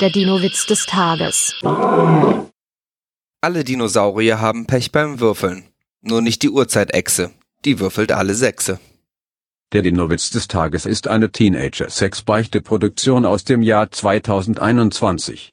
Der Dino-Witz des Tages. Alle Dinosaurier haben Pech beim Würfeln. Nur nicht die Urzeitechse. Die würfelt alle Sechse. Der Dinowitz des Tages ist eine Teenager-Sex-Beichte-Produktion aus dem Jahr 2021.